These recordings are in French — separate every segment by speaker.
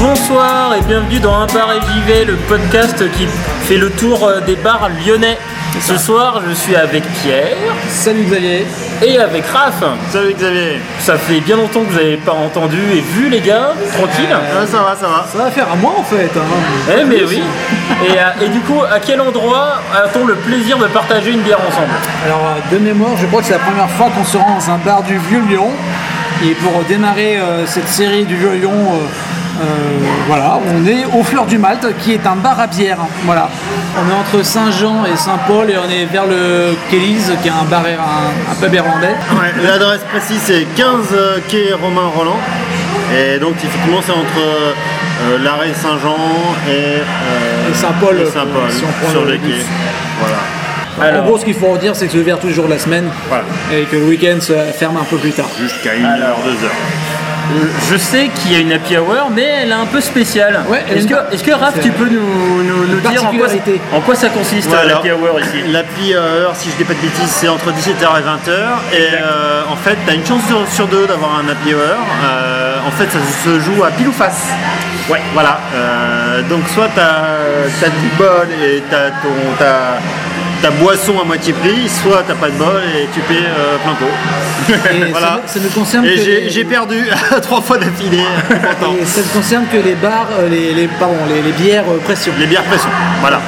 Speaker 1: Bonsoir et bienvenue dans Un bar et j'y vais, le podcast qui fait le tour euh, des bars lyonnais. Ce soir, je suis avec Pierre
Speaker 2: Salut Xavier
Speaker 1: et avec Raph.
Speaker 3: Salut Xavier
Speaker 1: Ça fait bien longtemps que vous n'avez pas entendu et vu les gars, tranquille.
Speaker 3: Ouais, Ça va, ça va.
Speaker 2: Ça va faire à moi en fait hein.
Speaker 1: Eh mais oui. Et, euh, et du coup, à quel endroit a-t-on le plaisir de partager une bière ensemble
Speaker 2: Alors euh, de mémoire, je crois que c'est la première fois qu'on se rend dans un bar du Vieux Lyon. Et pour démarrer euh, cette série du Vieux Lyon, euh, euh, voilà, on est au Fleur du Malte, qui est un bar à bière. Voilà. On est entre Saint-Jean et Saint-Paul et on est vers le Kellys, qui est un bar ir- un, un pub irlandais.
Speaker 3: L'adresse précise c'est 15 euh, quai Romain Roland. Et donc typiquement c'est entre euh, l'arrêt Saint-Jean et, euh,
Speaker 2: Et Saint-Paul,
Speaker 3: et Saint-Paul,
Speaker 2: euh, si on prend
Speaker 3: sur
Speaker 2: le
Speaker 3: les
Speaker 2: bus.
Speaker 3: quais. Voilà.
Speaker 1: Alors.
Speaker 2: En gros, ce qu'il faut redire, c'est que c'est ouvert tous les jours de la semaine
Speaker 3: Voilà.
Speaker 2: et que le week-end se ferme un peu plus tard.
Speaker 3: Jusqu'à 1 heure, 2 heures.
Speaker 1: Euh, Je sais qu'il y a une happy hour, mais elle est un peu spéciale.
Speaker 2: Ouais, elle
Speaker 1: Est-ce
Speaker 2: est-
Speaker 1: que, est-ce que Raph,
Speaker 2: c'est-
Speaker 1: tu peux nous, nous- nous
Speaker 2: Une
Speaker 1: dire en quoi,
Speaker 2: particularité.
Speaker 1: en quoi ça consiste
Speaker 3: Voilà.
Speaker 1: l'happy hour ici
Speaker 3: L'appli euh, heure, si je dis pas de bêtises, c'est entre 17h et 20h. Et euh, en fait, t'as une chance sur, sur deux d'avoir un happy hour. Euh, en fait, ça se joue à pile ou face. Ouais. Voilà. Euh, donc, soit t'as as du bol et t'as ton- ta- ta boisson à moitié prix, soit t'as pas de bol et tu paies euh, plein pot.
Speaker 2: Et ça ne- ça ne concerne
Speaker 3: Et
Speaker 2: que
Speaker 3: j'ai-
Speaker 2: les-
Speaker 3: j'ai perdu trois fois d'affilée. Content.
Speaker 2: Et ça ne concerne que les bars, euh, les, les- pardon, les, les bières euh, pression.
Speaker 3: Les bières pression. Voilà.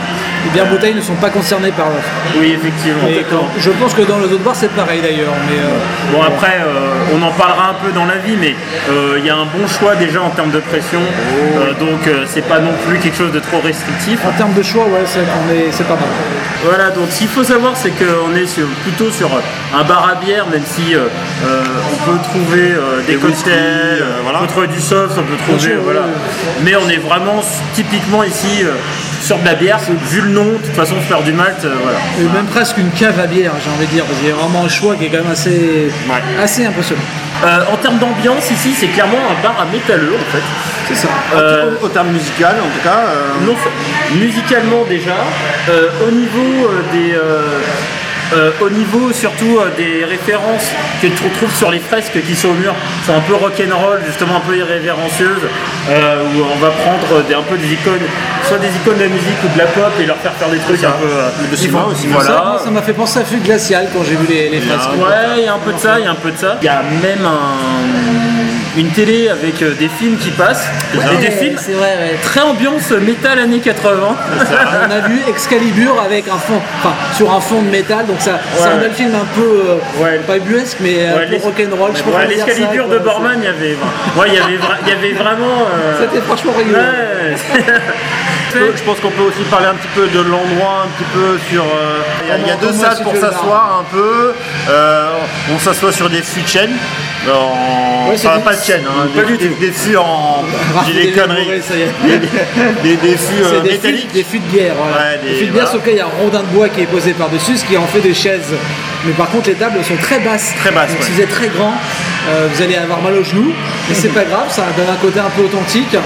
Speaker 2: Les bières bouteilles ne sont pas concernées par l'offre.
Speaker 3: Oui, effectivement.
Speaker 2: Mais quand- je pense que dans les autres bars c'est pareil d'ailleurs. Mais euh,
Speaker 4: Bon après, euh, on en parlera un peu dans la vie, mais euh, il y a un bon choix déjà en termes de pression, Euh, donc euh, c'est pas non plus quelque chose de trop restrictif.
Speaker 2: en termes de choix, ouais, c'est on est- c'est pas mal.
Speaker 4: Voilà, donc ce qu'il faut savoir, c'est qu'on est sur- plutôt sur euh, un bar à bière, même si euh, euh, on peut trouver euh, des,
Speaker 3: Des whisky,
Speaker 4: cocktails,
Speaker 3: euh, voilà.
Speaker 4: on peut trouver du soft, on peut
Speaker 2: sûr,
Speaker 4: trouver,
Speaker 2: oui,
Speaker 4: voilà.
Speaker 2: oui,
Speaker 4: Mais on est vraiment typiquement ici euh, sur de la bière, vu le nom, de toute façon faire du malt, euh, voilà.
Speaker 2: Et même presque une cave à bière, j'ai envie de dire, parce qu'il y a vraiment un choix qui est quand même assez,
Speaker 4: Ouais.
Speaker 2: assez impressionnant.
Speaker 4: Euh, en termes d'ambiance, ici c'est clairement un bar à métalleux en fait.
Speaker 2: C'est ça.
Speaker 4: Euh,
Speaker 3: Au, au terme musical, en tout cas. euh,
Speaker 4: Non, fa- musicalement déjà, euh, au niveau euh, des. euh, euh, au niveau surtout euh, des références que tu retrouves sur les fresques qui sont au mur, c'est un peu rock'n'roll, justement un peu irrévérencieuse, euh, où on va prendre des- un peu des icônes, soit des icônes de la musique ou de la pop et leur faire faire des trucs
Speaker 3: ça.
Speaker 4: un peu. euh,
Speaker 3: Le de
Speaker 4: qui
Speaker 3: cinéma
Speaker 4: font-
Speaker 3: aussi,
Speaker 4: Voilà. Euh,
Speaker 2: Ça, moi, ça m'a fait penser à Feu Glacial quand j'ai vu les, les fresques.
Speaker 4: Ouais, il y a un peu de ça, il y a un peu de ça. Il y a même un- une télé avec euh, des films qui passent,
Speaker 2: Ouais,
Speaker 4: et des films
Speaker 2: C'est vrai, ouais.
Speaker 4: très ambiance métal années 80.
Speaker 2: On a vu Excalibur avec un fond, enfin, sur un fond de métal, donc ça, ça rendait le film un peu, euh,
Speaker 4: Ouais.
Speaker 2: pas buesque, mais euh, un
Speaker 4: Ouais,
Speaker 2: peu
Speaker 4: l'es-
Speaker 2: rock'n'roll. je sais pas
Speaker 4: Ouais,
Speaker 2: comment dire ça,
Speaker 4: L'escalibur
Speaker 2: quoi,
Speaker 4: de
Speaker 2: c'est-
Speaker 4: Borman, il y avait, ouais, il y avait, vra- il y avait vraiment. euh,
Speaker 2: C'était franchement rigolo.
Speaker 4: ouais.
Speaker 3: Je pense qu'on peut aussi parler un petit peu de l'endroit, un petit peu sur. euh, Il y a- il y, a
Speaker 2: Comment-
Speaker 3: deux
Speaker 2: comment
Speaker 3: salles
Speaker 2: se
Speaker 3: pour
Speaker 2: situe le
Speaker 3: s'asseoir un peu. Euh, on s'assoit sur des fûts de chêne. En-
Speaker 2: Ouais, c'est
Speaker 3: enfin,
Speaker 2: du-
Speaker 3: pas de chêne, hein,
Speaker 2: pas
Speaker 3: des,
Speaker 2: du Ah,
Speaker 3: des- des fûts en. J'ai
Speaker 2: Raphaël
Speaker 3: des conneries.
Speaker 2: Bourré, ça y est.
Speaker 3: Des, des- des fûts euh,
Speaker 2: C'est des fuites,
Speaker 3: métalliques.
Speaker 2: des fuites de guerre. Voilà.
Speaker 3: Ouais,
Speaker 2: des,
Speaker 3: des-
Speaker 2: fuites de guerre,
Speaker 3: voilà.
Speaker 2: sauf qu'il y a un rondin de bois qui est posé par-dessus, ce qui en fait des chaises. Mais par contre, les tables sont très basses.
Speaker 3: Très basses,
Speaker 2: Donc,
Speaker 3: ouais.
Speaker 2: si vous êtes très grand, euh, vous allez avoir mal aux genoux. Mais c'est pas grave, ça donne un côté un peu authentique.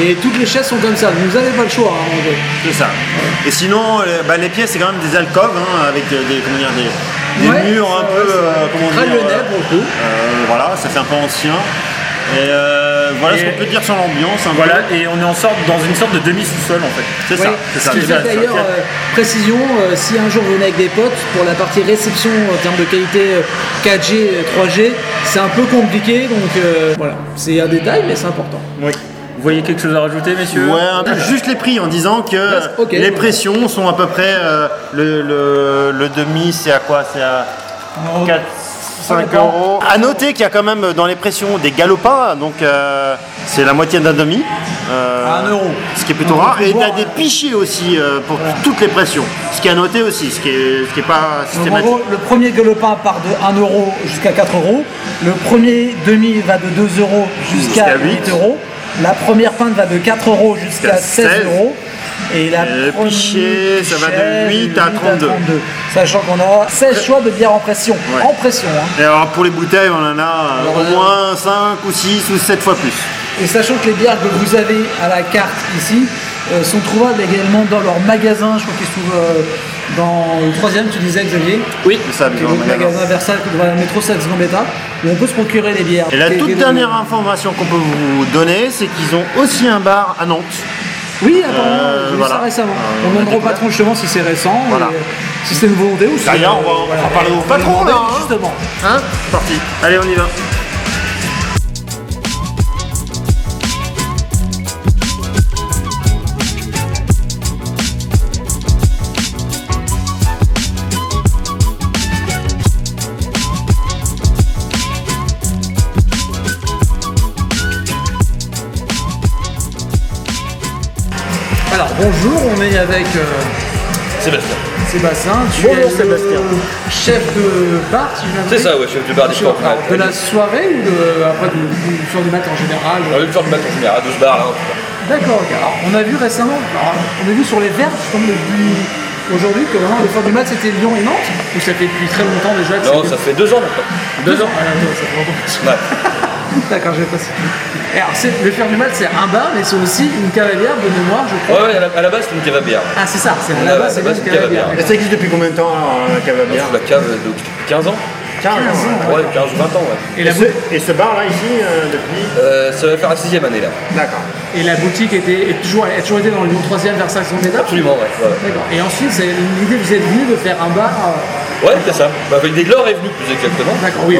Speaker 2: Et toutes les chaises sont comme ça. Vous n'avez pas le choix. hein, en fait.
Speaker 3: C'est ça. Et sinon, euh, bah, les pièces, c'est quand même des alcôves hein, avec euh, des, comment dire, des, des
Speaker 2: Ouais,
Speaker 3: murs un
Speaker 2: ça,
Speaker 3: peu.
Speaker 2: ouais, ça-
Speaker 3: euh, comment
Speaker 2: Très
Speaker 3: dire,
Speaker 2: lyonnais,
Speaker 3: euh,
Speaker 2: pour le coup.
Speaker 3: euh, voilà, ça fait un peu ancien. Et euh, voilà ce
Speaker 4: Et-
Speaker 3: qu'on peut dire sur l'ambiance. un peu.
Speaker 4: Voilà, et on est en sorte, dans une sorte de demi-sous-sol en fait.
Speaker 3: C'est ça.
Speaker 2: Ouais.
Speaker 3: c'est
Speaker 2: Ce
Speaker 3: ça.
Speaker 4: Eh
Speaker 2: qui
Speaker 3: c'est
Speaker 4: ben,
Speaker 2: fait
Speaker 3: ça, c'est ça.
Speaker 2: d'ailleurs, euh, précision, euh, si un jour vous venez avec des potes, pour la partie réception en termes de qualité euh, 4G, euh, 3G, c'est un peu compliqué. Donc euh, voilà, c'est un détail, mais c'est important.
Speaker 4: Vous voyez quelque chose à rajouter, messieurs
Speaker 3: Ouais, un peu, juste les prix en disant
Speaker 2: Yes,
Speaker 3: que
Speaker 2: ok.
Speaker 3: les pressions sont à peu près euh, le, le- le demi, c'est à quoi C'est à 4, 5 euros. À noter qu'il y a quand même dans les pressions des galopins, donc euh, c'est la moitié d'un demi. euh,
Speaker 2: À un euro.
Speaker 3: Ce qui est plutôt
Speaker 2: Donc,
Speaker 3: rare.
Speaker 2: Ah, on peut
Speaker 3: Et
Speaker 2: voir,
Speaker 3: t'as des pichets aussi euh, pour toutes les pressions. Ce qui est à noter aussi, ce qui est, ce qui est pas
Speaker 2: Donc, en
Speaker 3: systématique.
Speaker 2: gros, le premier gueulepin part de 1 euro jusqu'à 4 euros. Le premier demi va de 2 euros jusqu'à
Speaker 3: Jusqu'à
Speaker 2: 8
Speaker 3: 8
Speaker 2: euros. La première pinte va de 4 euros jusqu'à
Speaker 3: Jusqu'à
Speaker 2: 16 euros. Et la
Speaker 3: Et le
Speaker 2: première
Speaker 3: pichet, ça va de
Speaker 2: chère,
Speaker 3: 8 à 32.
Speaker 2: Sachant qu'on a 16 choix de bière en pression.
Speaker 3: Ouais.
Speaker 2: En pression. hein.
Speaker 3: Et alors pour les bouteilles, on en a euh,
Speaker 2: Alors,
Speaker 3: au
Speaker 2: euh,
Speaker 3: moins 5 ou 6 ou 7 fois plus.
Speaker 2: Et sachant que les bières que vous avez à la carte ici euh, sont trouvables également dans leur magasin. Je crois qu'ils se trouvent euh, dans le troisième, tu disais Xavier.
Speaker 3: Oui, c'est ça,
Speaker 2: qui est
Speaker 3: dans le
Speaker 2: donc le
Speaker 3: magasin.
Speaker 2: magasin Versailles, devant le métro Saxe Gambetta, où on peut se procurer les bières.
Speaker 3: Et la
Speaker 2: Qui- qui est
Speaker 3: toute
Speaker 2: dans le-
Speaker 3: dernière information qu'on peut vous donner, c'est qu'ils ont aussi un bar à Nantes.
Speaker 2: Oui, apparemment,
Speaker 3: Euh,
Speaker 2: j'ai vu
Speaker 3: voilà.
Speaker 2: ça récemment.
Speaker 3: Euh,
Speaker 2: on
Speaker 3: on a
Speaker 2: demandera au
Speaker 3: découvert.
Speaker 2: patron justement si c'est récent,
Speaker 3: Voilà.
Speaker 2: et, euh, si c'est une volonté ou si.
Speaker 3: D'ailleurs, on va- on va parler au
Speaker 2: on va
Speaker 3: patron,
Speaker 2: demander,
Speaker 3: là, hein.
Speaker 2: Justement.
Speaker 3: Hein C'est Parti. Allez, on y va.
Speaker 2: Alors bonjour, on est avec euh,
Speaker 5: Sébastien.
Speaker 2: Sébastien. Tu
Speaker 1: Bonjour,
Speaker 2: es le
Speaker 1: Sébastien.
Speaker 2: Chef de bar, si je m'abuse.
Speaker 5: C'est ça, ouais, chef du bar des
Speaker 2: Chef-
Speaker 5: sports.
Speaker 2: alors,
Speaker 5: ouais.
Speaker 2: de la soirée ou de, après du, du soir du matin en général
Speaker 5: On a eu le temps de mettre en général à 12 bars là. en tout cas.
Speaker 2: D'accord, ok. Alors, on a vu récemment, alors, on a vu sur les verts, je pense depuis aujourd'hui, que vraiment le soir du mat c'était Lyon et Nantes, ou ça fait depuis très longtemps déjà que
Speaker 5: Non,
Speaker 2: c'était-
Speaker 5: ça fait deux ans maintenant.
Speaker 2: deux ans. Ah, non, ça fait longtemps.
Speaker 5: Ouais.
Speaker 2: D'accord, j'ai pas cité. Et Alors, c'est- le fer du mal, c'est un bar, mais c'est aussi une cave à bière de mémoire, je crois.
Speaker 5: Ouais, ouais, à la, à la base, c'était une cave à bière.
Speaker 2: Ah, c'est ça, c'est
Speaker 5: Ouais,
Speaker 2: là-bas,
Speaker 5: ouais,
Speaker 2: c'est
Speaker 5: c'est
Speaker 2: bien
Speaker 5: pas
Speaker 2: une
Speaker 5: une
Speaker 2: cave à bière.
Speaker 5: cave à
Speaker 3: Et ça existe depuis combien de temps, alors, la cave à bière
Speaker 5: Sous la cave euh, donc, depuis 15 ans
Speaker 3: 15 ans.
Speaker 5: Ouais, 15 ou 20 ans, ouais.
Speaker 2: Et
Speaker 3: Et
Speaker 2: la,
Speaker 3: ce,
Speaker 2: bou-
Speaker 3: et ce bar là ici, euh, depuis.
Speaker 5: Euh, ça va faire la sixième année là.
Speaker 3: D'accord.
Speaker 2: et la boutique était, est toujours, elle a toujours été dans le Lyon 3e vers 500 étapes
Speaker 5: Absolument, ouais. ouais.
Speaker 2: D'accord. Et ensuite, c'est l'idée vous êtes venu de faire un bar. euh,
Speaker 5: Ouais, c'est ça. Bah, avec des l'or est venu plus exactement.
Speaker 2: D'accord, oui.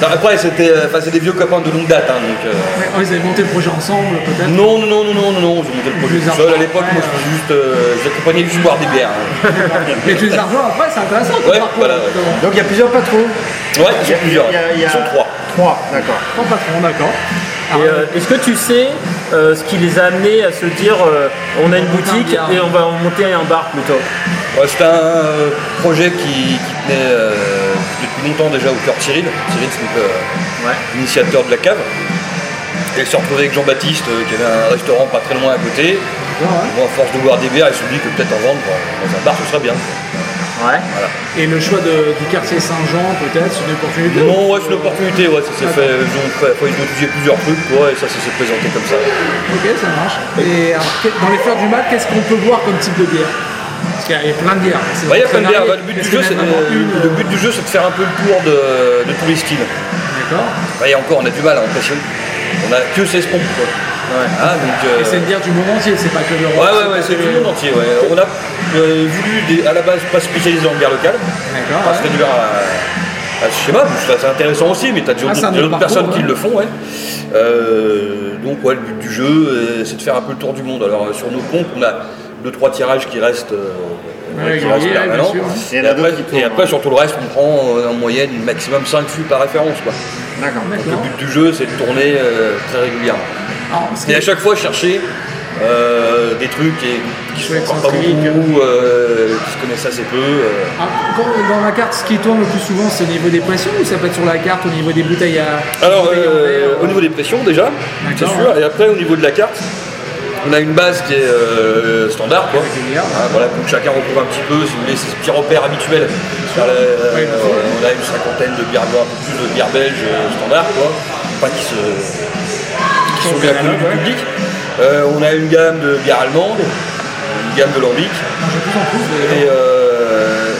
Speaker 5: Non, Après, c'était euh, enfin, c'est des vieux copains de longue date, hein, donc. euh,
Speaker 2: Ouais, oh, Ils avaient monté le projet ensemble, peut-être.
Speaker 5: Non, non, non, non, non, non, non, j'ai monté le projet
Speaker 2: Plus
Speaker 5: tout seul. À
Speaker 2: d'argent,
Speaker 5: l'époque,
Speaker 2: ouais,
Speaker 5: moi, je faisais juste. euh, J'accompagnais juste boire des bières. hein.
Speaker 2: Mais tu les as rejoints après, c'est intéressant. ton
Speaker 5: Ouais,
Speaker 2: parcours,
Speaker 5: voilà, ouais.
Speaker 2: justement.
Speaker 3: Donc il y a plusieurs patrons.
Speaker 5: Ouais, ils
Speaker 3: Il y
Speaker 5: sont
Speaker 3: a-
Speaker 5: plusieurs.
Speaker 3: il y a- il y a-
Speaker 5: Ils sont trois.
Speaker 3: Trois, d'accord.
Speaker 2: Ton patron, d'accord. Ah,
Speaker 1: Et, euh, Est-ce que tu sais euh, ce qui les a amenés à se dire euh, on a une boutique
Speaker 2: bar.
Speaker 1: et on va en monter un bar plutôt
Speaker 5: Ouais, C'était un euh, projet qui, qui tenait euh, depuis longtemps déjà au cœur de Cyril. Cyril, c'est donc, euh,
Speaker 1: Ouais.
Speaker 5: l'initiateur de la cave. Et il s'est retrouvé avec Jean-Baptiste euh, qui avait un restaurant pas très loin à côté. Bon, à force de boire des bières, il se dit que peut-être en vendre dans dans un bar, ce serait bien.
Speaker 1: Ouais.
Speaker 2: Et le choix de- du quartier Saint-Jean, peut-être, c'est une opportunité.
Speaker 5: Non, ouais, c'est une opportunité, ouais, ça s'est fait. euh, Ils ont, fait- ils ont étudié plusieurs trucs, quoi, et ça, ça s'est présenté comme ça.
Speaker 2: Ok, ça marche. Et alors, que- dans les fleurs du mal, qu'est-ce qu'on peut boire comme type de bière Parce qu'il y a plein de bières. C'est-
Speaker 5: Bah, il y a
Speaker 2: c'est
Speaker 5: plein de bières.
Speaker 2: varié.
Speaker 5: Bah, le, but du
Speaker 2: Est-ce
Speaker 5: jeu,
Speaker 2: qu'il y en
Speaker 5: c'est
Speaker 2: a vraiment
Speaker 5: de-
Speaker 2: une,
Speaker 5: le but du jeu, c'est de faire un peu le tour de, de tous les styles.
Speaker 2: D'accord.
Speaker 5: Bah, et encore, on a du mal à impressionner. On a que 16 pompes, quoi. Ah, donc, euh,
Speaker 2: Et c'est une bière du monde entier, c'est pas que le
Speaker 5: Ouais, ouais, ouais, c'est du monde entier. Ouais. On a euh, voulu des- à la base pas spécialiser en bière locale.
Speaker 2: D'accord.
Speaker 5: Parce que du verre à, à ce schéma, parce que c'est intéressant aussi, mais tu as
Speaker 2: Ah, c'est un autre
Speaker 5: d'autres
Speaker 2: parcours,
Speaker 5: personnes
Speaker 2: ouais.
Speaker 5: qui le font. Ouais. Euh, donc, ouais, le but du jeu, euh, c'est de faire un peu le tour du monde. Alors, euh, sur nos pompes, on a deux trois tirages qui restent. euh,
Speaker 2: Ouais,
Speaker 5: qui
Speaker 2: réguliers,
Speaker 5: restent
Speaker 2: ouais, bien
Speaker 5: permanents.
Speaker 2: sûr, ouais.
Speaker 5: Et,
Speaker 3: Il y en a
Speaker 5: après,
Speaker 3: d'autres qui tournent,
Speaker 5: et après,
Speaker 3: hein.
Speaker 5: sur tout le reste, on prend euh, en moyenne maximum 5 fûts par référence. Quoi.
Speaker 3: D'accord.
Speaker 5: Donc, le but du jeu, c'est de tourner euh, très régulièrement.
Speaker 2: Alors, parce que-
Speaker 5: Et à chaque fois chercher euh, des trucs et, qui sont
Speaker 2: Ouais, sans
Speaker 5: encore pas beaucoup, euh, qui se connaissent assez peu. euh.
Speaker 2: Ah, quand- dans la carte, ce qui tourne le plus souvent, c'est au niveau des pressions ou ça peut être sur la carte au niveau des bouteilles à.
Speaker 5: Alors,
Speaker 2: bouteilles en
Speaker 5: euh,
Speaker 2: verre,
Speaker 5: au niveau des pressions déjà, c'est sûr. Et après, au niveau de la carte, on a une base qui est euh, standard. Quoi. Ah, voilà, pour que chacun retrouve un petit peu, si vous voulez, ses petits repères habituels. Sur la-
Speaker 2: Ouais, bien sûr.
Speaker 5: euh, on a une cinquantaine de bières, voire un peu plus de bières belges euh, standard, quoi. Pas qui se. qui sont bien connus du public. Euh, on a une gamme de bières allemandes, une gamme de lambic. Et, euh,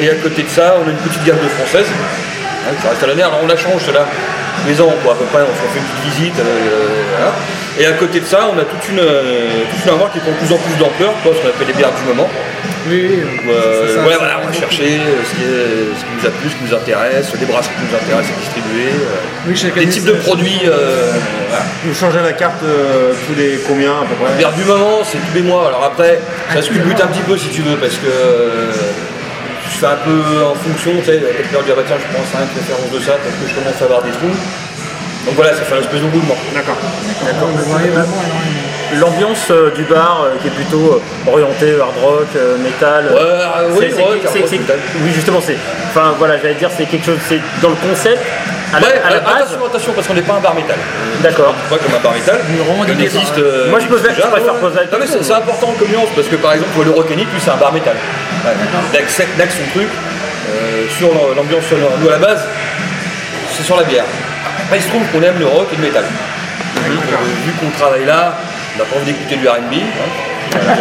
Speaker 5: et- et à côté de ça, on a une petite gamme de françaises. hein, ça reste à la mer, on la change cela les ans quoi, à peu près, on s'en fait une petite visite. euh, voilà. Et à côté de ça, on a toute une, euh, toute une armoire qui prend de plus en plus d'ampleur, quoi, ce qu'on appelle les bières du moment.
Speaker 2: Oui, oui.
Speaker 5: Où, euh,
Speaker 2: Ça, ça,
Speaker 5: ouais,
Speaker 2: ça,
Speaker 5: voilà,
Speaker 2: ça,
Speaker 5: on va
Speaker 2: ça,
Speaker 5: chercher euh, ce qui, est- ce qui nous a plu, ce qui nous intéresse, les brasses qui nous intéressent à distribuer, euh,
Speaker 2: Oui, chaque
Speaker 5: les
Speaker 2: année,
Speaker 5: types
Speaker 2: ça-
Speaker 5: de produits. euh, voilà.
Speaker 3: Vous changez la carte euh, tous les combien à peu près
Speaker 5: Bière du moment, c'est tous les mois. Alors après, ça se culbute un petit peu si tu veux, parce que euh, je fais un peu en fonction, tu sais, à quelques heures, je dis, ah bah tiens, je prends 5 références de ça, parce que je commence à avoir des trous. Donc voilà, ça fait un espèce de roulement.
Speaker 3: D'accord.
Speaker 2: vous voyez vraiment énormément.
Speaker 1: L'ambiance euh, du bar euh, qui est plutôt euh, orientée hard rock, euh, métal.
Speaker 5: Ouais, euh, oui,
Speaker 1: C'est- c'est-
Speaker 5: rock, hard
Speaker 1: c'est-
Speaker 5: rock,
Speaker 1: c'est-
Speaker 5: métal.
Speaker 1: Oui, justement, c'est. Enfin voilà, j'allais dire, c'est quelque chose. C'est dans le concept. à la,
Speaker 5: Ouais,
Speaker 1: à la
Speaker 5: euh,
Speaker 1: base.
Speaker 5: attention, attention, parce qu'on n'est pas un bar métal.
Speaker 1: D'accord.
Speaker 5: Pas comme un bar métal. Il existe. euh,
Speaker 1: Moi, je peux
Speaker 5: existe
Speaker 1: faire- je
Speaker 5: déjà.
Speaker 1: préfère poser la
Speaker 5: Non, mais c'est c'est important comme nuance parce que par exemple, le Rock'n'Roll, lui, c'est un bar métal. Ouais. Dax Dax, son truc, euh, sur l'am- l'ambiance, sur le- nous à la base, c'est sur la bière. Après, il se trouve qu'on aime le rock et le métal. Donc, euh, vu qu'on travaille là, on n'a pas envie d'écouter du RB. hein. Euh,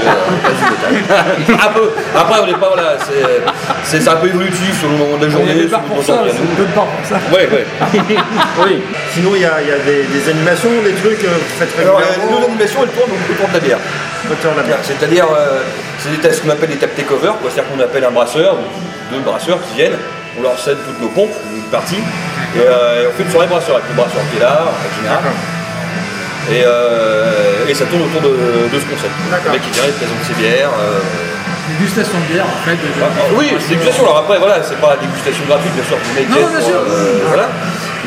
Speaker 5: pas du métal. un peu. Après, on n'est pas là. C'est c'est un peu évolutif selon le moment de la
Speaker 2: Il y a
Speaker 5: journée.
Speaker 2: des bars
Speaker 5: selon
Speaker 2: pour
Speaker 5: le
Speaker 2: ça,
Speaker 5: temps qu'il y a
Speaker 2: c'est peu de bars pour ça.
Speaker 5: nous. Ouais, ouais.
Speaker 3: Sinon, il y a, il y a des, des animations, des trucs, euh, vous faites
Speaker 5: Alors, euh,
Speaker 3: régulièrement.
Speaker 5: nos animations, elles tournent autour de la bière.
Speaker 3: Auteur de la bière.
Speaker 5: C'est-à-dire, euh, c'est des tests qu'on appelle des tap takeover, quoi. c'est-à-dire qu'on appelle un brasseur, ou deux brasseurs qui viennent, on leur cède toutes nos pompes, une partie, et, euh, et on fait une soirée brasseur avec le brasseur qui est là, en général. Et, euh, et ça tourne autour de, de ce concept. Le mec qui vient, il présente ses bières. euh,
Speaker 2: Dégustation de bière, en fait. de-
Speaker 5: ah, ah, oui, c'est dégustation. Alors après, voilà, c'est pas dégustation gratuite, bien sûr. mais
Speaker 2: Non, non, bien sûr.
Speaker 5: euh, voilà.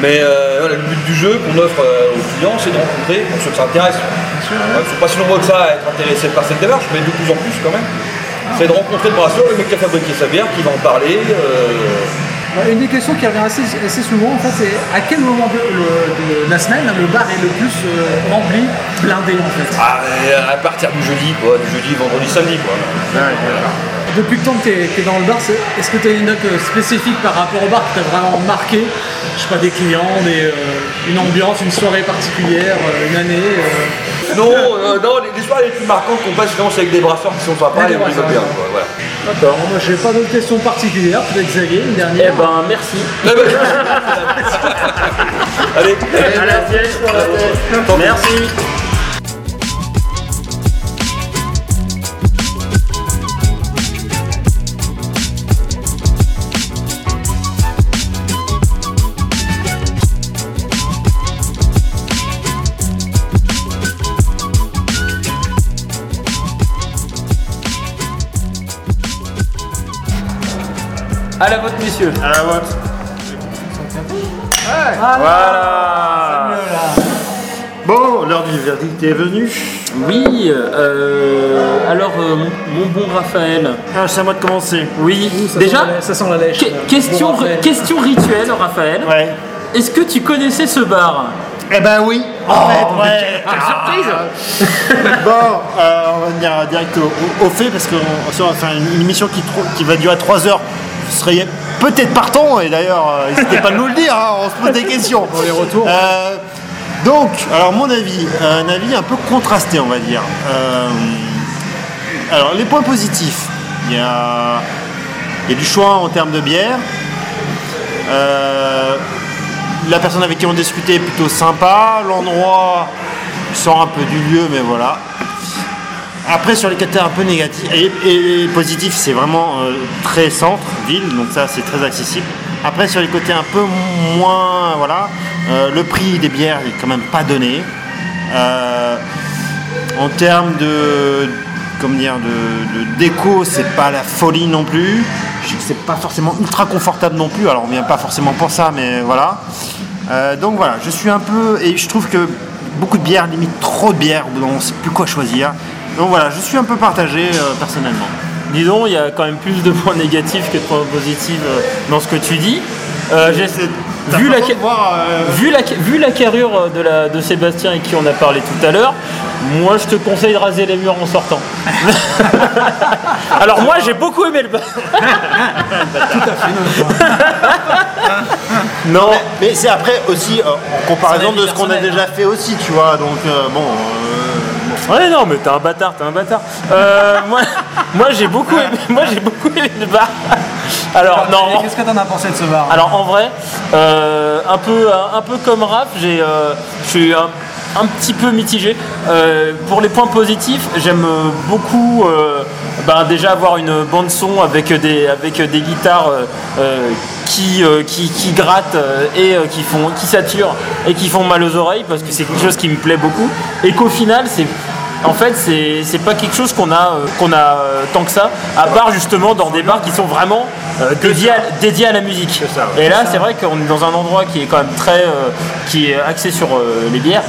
Speaker 5: Mais euh, voilà, le but du jeu qu'on offre euh, aux clients, c'est de rencontrer pour ceux qui s'intéressent. Euh, Ils ne sont pas si nombreux que ça à être intéressés par cette démarche, mais de plus en plus quand même.
Speaker 2: Ah.
Speaker 5: C'est de rencontrer le brasseur, le mec qui a fabriqué sa bière, qui va en parler. euh,
Speaker 2: Bah, Une des questions qui revient assez, assez souvent, en fait, c'est à quel moment de, le- de la semaine le bar est le plus euh, rempli, blindé, en fait
Speaker 5: à, ah, à partir du jeudi, quoi, du jeudi, vendredi, samedi. Quoi.
Speaker 2: Depuis le temps que tu es, dans le bar, c'est- est-ce que tu as une note euh, spécifique par rapport au bar qui t'a vraiment marqué Je sais pas, des clients, des, euh, une ambiance, une soirée particulière, euh, une année euh.
Speaker 5: Non, euh, non, les, les soirées les plus marquantes qu'on passe, sinon, c'est avec des brasseurs qui sont sympas
Speaker 2: Des
Speaker 5: et on les aime
Speaker 2: brasseurs.
Speaker 5: bien. quoi, voilà.
Speaker 2: D'accord, moi j'ai pas d'autres questions particulières, peut-être Xavier, une
Speaker 6: Eh
Speaker 2: dernière.
Speaker 6: ben, merci.
Speaker 5: Ah bah, Allez,
Speaker 1: À la sieste, à la sieste. Merci.
Speaker 6: À la vôtre, messieurs.
Speaker 3: À la vôtre. Ah, Voilà. Bon, l'heure du verdict est venue.
Speaker 6: Oui, euh, alors, euh, mon, mon bon Raphaël.
Speaker 3: Ah, c'est à moi de commencer.
Speaker 6: Oui,
Speaker 2: Ça sent
Speaker 6: déjà,
Speaker 2: la- ça sent la lèche.
Speaker 6: que-
Speaker 2: euh,
Speaker 6: question,
Speaker 2: bon, Raphaël.
Speaker 6: question rituelle, Raphaël.
Speaker 3: Ouais.
Speaker 6: Est-ce que tu connaissais ce bar
Speaker 3: Eh ben oui. En fait, ouais.
Speaker 5: Ah,
Speaker 2: Ah,
Speaker 3: Bon, euh, on va venir direct au, au- au fait parce qu'on on va faire une, une émission qui, trou- qui va durer 3 heures. Vous seriez peut-être partant et d'ailleurs, euh, n'hésitez pas à nous le dire, hein, on se pose des questions.
Speaker 2: les retours.
Speaker 3: Euh, donc, alors mon avis, un avis un peu contrasté, on va dire. Euh, alors, les points positifs, il y a, il y a du choix en termes de bière. Euh, la personne avec qui on discutait est plutôt sympa. L'endroit sort un peu du lieu, mais voilà. Après, sur les critères un peu négatifs et, et- et positifs, c'est vraiment euh, très centre, ville, donc ça c'est très accessible. Après, sur les côtés un peu moins, voilà, euh, le prix des bières n'est quand même pas donné. Euh, en termes de, comment dire, de, de déco, c'est pas la folie non plus. Je sais que c'est pas forcément ultra confortable non plus. Alors on vient pas forcément pour ça, mais voilà. Euh, donc voilà, je suis un peu et je trouve que beaucoup de bières, limite trop de bières, au bout d'un moment, on sait plus quoi choisir. Donc voilà, je suis un peu partagé euh, personnellement.
Speaker 1: Dis donc, il y a quand même plus de points négatifs que de points positifs euh, dans ce que tu dis. Euh, j'ai-
Speaker 3: T'as
Speaker 1: vu, la,
Speaker 3: pas le droit de voir, euh,
Speaker 1: vu, la, vu la carrure euh, de, la, de Sébastien et qui on a parlé tout à l'heure, moi je te conseille de raser les murs en sortant. Alors moi j'ai beaucoup aimé le bar.
Speaker 3: Non, mais, mais c'est après aussi euh, en comparaison de ce qu'on a déjà fait aussi, tu vois. Donc euh, bon, euh, bon.
Speaker 1: Ouais non mais t'es un bâtard, t'es un bâtard. Euh, moi moi j'ai beaucoup aimé, moi j'ai beaucoup aimé le bar. Alors Ah, non. Ah,
Speaker 2: Et Qu'est-ce que t'en as pensé de ce bar
Speaker 1: Alors en vrai, euh, un, peu, un, un peu comme Raph, j'ai, euh, je suis un, un petit peu mitigé. Euh, pour les points positifs, j'aime euh, beaucoup euh, ben, déjà avoir une bande son avec des, avec des guitares euh, euh, qui, euh, qui, qui grattent euh, et euh, qui, font, qui saturent et qui font mal aux oreilles parce que c'est quelque chose qui me plaît beaucoup. Et qu'au final, c'est... En fait, c'est c'est pas quelque chose qu'on a, euh, qu'on a euh, tant que ça, à part justement dans des bars qui sont vraiment euh, dédiés, à, dédiés à la musique. Et là, c'est vrai qu'on est dans un endroit qui est quand même très. euh, qui est axé sur euh, les bières.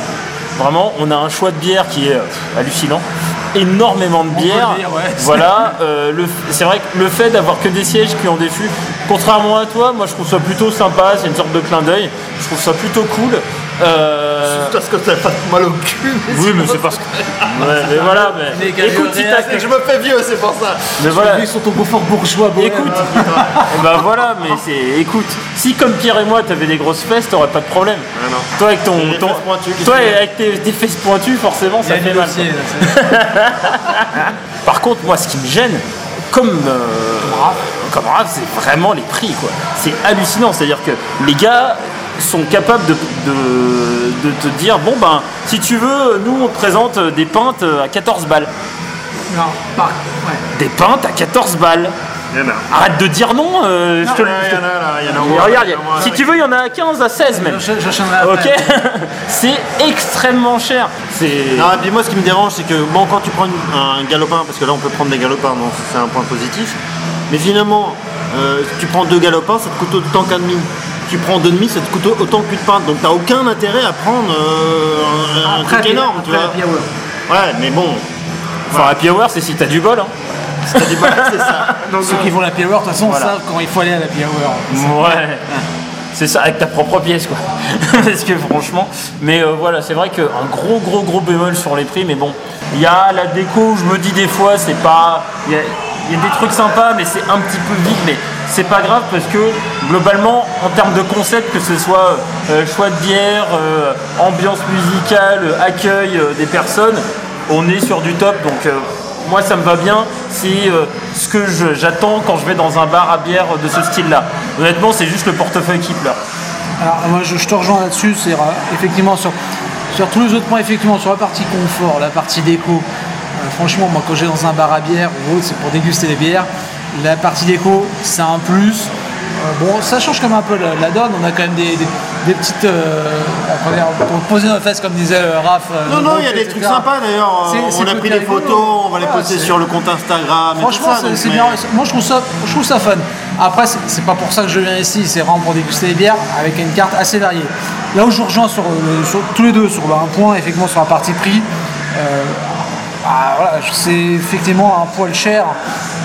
Speaker 1: Vraiment, on a un choix de bières qui est euh, hallucinant. Énormément de bières.
Speaker 2: dire, ouais.
Speaker 1: Voilà, euh, le- c'est vrai que le fait d'avoir que des sièges qui ont des fûts, contrairement à toi, moi je trouve ça plutôt sympa, c'est une sorte de clin d'œil. Je trouve ça plutôt cool. Euh,
Speaker 3: Parce que ça fait mal au cul.
Speaker 1: Oui, mais c'est parce que. Ouais, mais voilà, mais. Écoute, si t'as-
Speaker 3: Je me fais vieux, c'est pour ça.
Speaker 1: Mais voilà.
Speaker 2: Ils sont au confort bourgeois, bohème.
Speaker 1: Écoute, bah voilà, mais c'est. Écoute, si comme Pierre et moi t'avais des grosses fesses, t'aurais pas de problème.
Speaker 3: non.
Speaker 1: Toi avec ton.
Speaker 3: J'ai des
Speaker 1: ton-
Speaker 3: fesses pointues, qu'est-ce
Speaker 1: toi
Speaker 3: que tu veux
Speaker 1: avec tes, tes fesses pointues, forcément, ça
Speaker 2: Il y a
Speaker 1: fait
Speaker 2: du
Speaker 1: mal.
Speaker 2: dossier, là, c'est-
Speaker 1: Par contre, moi, ce qui me gêne, comme euh, comme Raph, c'est vraiment les prix, quoi. C'est hallucinant. C'est-à-dire que les gars sont capables de, de, de te dire bon ben si tu veux nous on te présente des pintes à 14 balles
Speaker 2: Non, par... ouais.
Speaker 1: des pintes à 14 balles
Speaker 3: Il y en a.
Speaker 1: arrête de dire non, euh, je te le-
Speaker 3: Ah, Il y en a là, il y en a au
Speaker 1: Mais
Speaker 3: moins,
Speaker 1: regarde,
Speaker 3: il y en a au moins.
Speaker 1: si tu veux, il y en a à 15, à 16 même.
Speaker 2: Je- J'enchaînerai après.
Speaker 1: Ok C'est extrêmement cher. C'est.
Speaker 3: Non, et puis moi ce qui me dérange c'est que bon quand tu prends une- un galopin, parce que là on peut prendre des galopins, donc c'est un point positif, mais finalement euh, tu prends deux galopins ça te coûte autant qu'un demi. Tu prends deux demi ça te coûte autant qu'une pinte, donc t'as aucun intérêt à prendre euh, un- un,
Speaker 2: Après,
Speaker 3: truc
Speaker 2: la-
Speaker 3: énorme, tu
Speaker 2: après la
Speaker 3: vois.
Speaker 2: Piaoua.
Speaker 3: Ouais mais bon,
Speaker 1: Enfin, happy hour, c'est si t'as du bol. Hein.
Speaker 3: c'est du mal, c'est ça.
Speaker 2: Ceux qui vont à la Piaoua, de toute façon, savent quand il faut aller à la Piaoua.
Speaker 1: Ouais. C'est ça, avec ta propre pièce, quoi. Parce que franchement. Mais euh, voilà, c'est vrai qu'un gros, gros, gros bémol sur les prix, mais bon. Il y a la déco où je me dis des fois, c'est pas. Il y, a- il y a des trucs sympas, mais c'est un petit peu vide, mais c'est pas grave parce que globalement, en termes de concept, que ce soit euh, choix de bière, euh, ambiance musicale, euh, accueil euh, des personnes, on est sur du top donc. euh, moi, ça me va bien, c'est euh, ce que je- j'attends quand je vais dans un bar à bière de ce style-là. Honnêtement, c'est juste le portefeuille qui pleure.
Speaker 2: Alors moi je, je te rejoins là-dessus, c'est euh, effectivement sur, sur tous les autres points, effectivement sur la partie confort, la partie déco. euh, franchement moi quand j'ai dans un bar à bière ou autre, c'est pour déguster les bières. La partie déco, c'est un plus. Euh, bon, ça change comme un peu la, la donne. On a quand même des, des- des petites euh, on va dire, pour poser nos fesses comme disait euh, Raph. euh,
Speaker 3: Non,
Speaker 2: nos
Speaker 3: non, il y a
Speaker 2: groupes,
Speaker 3: des
Speaker 2: etc.
Speaker 3: trucs sympas d'ailleurs.
Speaker 2: C'est-
Speaker 3: euh,
Speaker 2: c'est
Speaker 3: On a
Speaker 2: côté
Speaker 3: pris des
Speaker 2: rigolo.
Speaker 3: photos, on va les
Speaker 2: Voilà,
Speaker 3: poster
Speaker 2: c'est-
Speaker 3: sur le compte Instagram. et tout
Speaker 2: Franchement,
Speaker 3: ça,
Speaker 2: c'est
Speaker 3: donc,
Speaker 2: c'est
Speaker 3: mais-
Speaker 2: bien. Moi, je trouve ça, je trouve ça fun. Après, c'est- c'est pas pour ça que je viens ici. C'est vraiment pour déguster les bières avec une carte assez variée. Là où je vous rejoins sur, euh, sur- tous les deux sur bah, un point, effectivement, sur la partie prix. euh, bah, voilà, c'est effectivement un poil cher.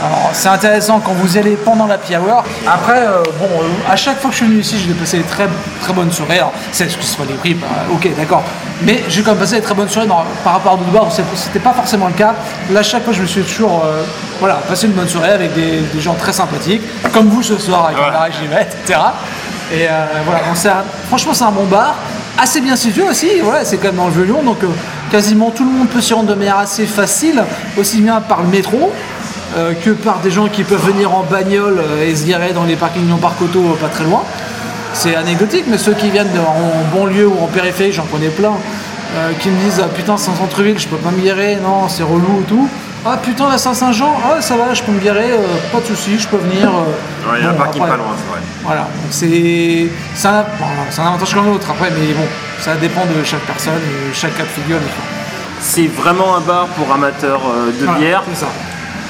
Speaker 2: Alors, C'est intéressant quand vous y allez pendant la hour. Après, euh, bon, euh, à chaque fois que je suis venu ici, j'ai passé des très, très bonnes soirées. Alors, C'est ce que ce soit des prix, bah, ok, d'accord. Mais j'ai quand même passé des très bonnes soirées dans- par rapport à d'autres bars où c'est- c'était pas forcément le cas. Là, chaque fois, je me suis toujours euh, voilà, passé une bonne soirée avec des, des gens très sympathiques, comme vous ce soir avec Marie Givette, etc. Et euh, voilà, donc c'est un- franchement, c'est un bon bar, assez bien situé aussi. Voilà, c'est quand même dans le Vieux-Lyon, donc euh, quasiment tout le monde peut s'y rendre de manière assez facile, aussi bien par le métro euh, que par des gens qui peuvent venir en bagnole euh, et se garer dans les parkings Lyon Parc Auto euh, pas très loin. C'est anecdotique, mais ceux qui viennent de- en banlieue ou en périphérie, j'en connais plein, euh, qui me disent ah, putain c'est en centre-ville, je peux pas me garer, non c'est relou et tout. Ah putain à Saint-Saint-Jean, ah ça va, je peux me garer, euh, pas de soucis, je peux venir. euh.
Speaker 3: Ouais, il y a un
Speaker 2: Bon,
Speaker 3: parking
Speaker 2: après,
Speaker 3: pas loin, c'est vrai.
Speaker 2: Voilà, Donc, c'est c'est un, bon, c'est un avantage comme l'autre après, mais bon, ça dépend de chaque personne, de chaque cas de figure. des fois.
Speaker 1: C'est vraiment un bar pour amateurs euh, de
Speaker 2: Voilà,
Speaker 1: bière,
Speaker 2: c'est ça.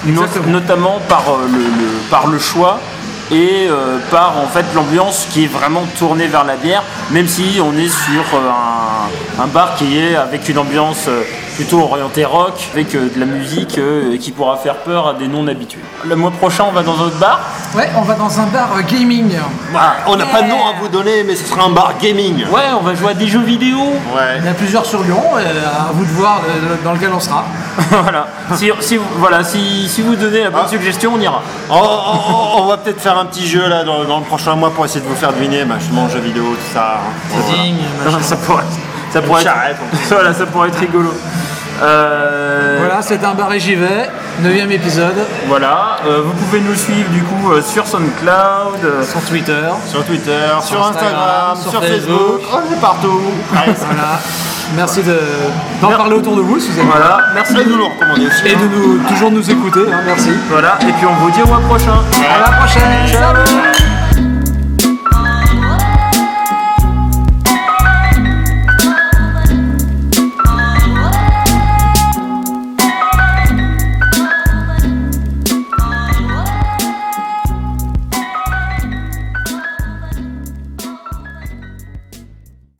Speaker 1: not-
Speaker 2: exactement.
Speaker 1: notamment par euh, le, le- par le choix et euh, par en fait l'ambiance qui est vraiment tournée vers la bière, même si on est sur euh, un, un bar qui est avec une ambiance euh, plutôt orientée rock, avec euh, de la musique euh, qui pourra faire peur à des non-habitués. Le mois prochain, on va dans un autre bar.
Speaker 2: Ouais, on va dans un bar euh, gaming.
Speaker 3: Ah, on n'a pas de nom à vous donner, mais ce sera un bar gaming.
Speaker 1: Ouais, on va jouer à des jeux vidéo.
Speaker 3: Ouais.
Speaker 2: Il y en a plusieurs sur Lyon, euh, à vous de voir euh, dans lequel on sera.
Speaker 1: voilà. Si, si vous- voilà, si, si vous donnez la
Speaker 3: Ah.
Speaker 1: bonne suggestion, on ira.
Speaker 3: Oh, oh, oh, on va peut-être faire un petit jeu là dans, dans le prochain mois pour essayer de vous faire deviner bah, justement jeux vidéo, tout ça. hein. Voilà.
Speaker 2: Zing, machin.
Speaker 1: ça pourrait, ça pourrait
Speaker 3: charrette, en
Speaker 1: être, voilà, ça pourrait être rigolo. Euh,
Speaker 2: Voilà, c'est un bar et j'y vais, 9 épisode,
Speaker 1: voilà. Euh, vous pouvez nous suivre du coup euh, sur SoundCloud. euh,
Speaker 2: sur Twitter.
Speaker 3: Sur Twitter, sur, Instagram,
Speaker 2: Instagram,
Speaker 3: sur,
Speaker 2: sur
Speaker 3: Facebook,
Speaker 2: Facebook.
Speaker 3: on est partout. Allez, ça
Speaker 2: Ah, Voilà. Merci de- d'en parler autour de vous si vous avez
Speaker 1: Voilà. Merci.
Speaker 3: va nous le recommander aussi.
Speaker 2: Et de nous, toujours nous écouter, hein, merci.
Speaker 1: Voilà. Et puis on vous dit au mois prochain.
Speaker 2: À la prochaine, salut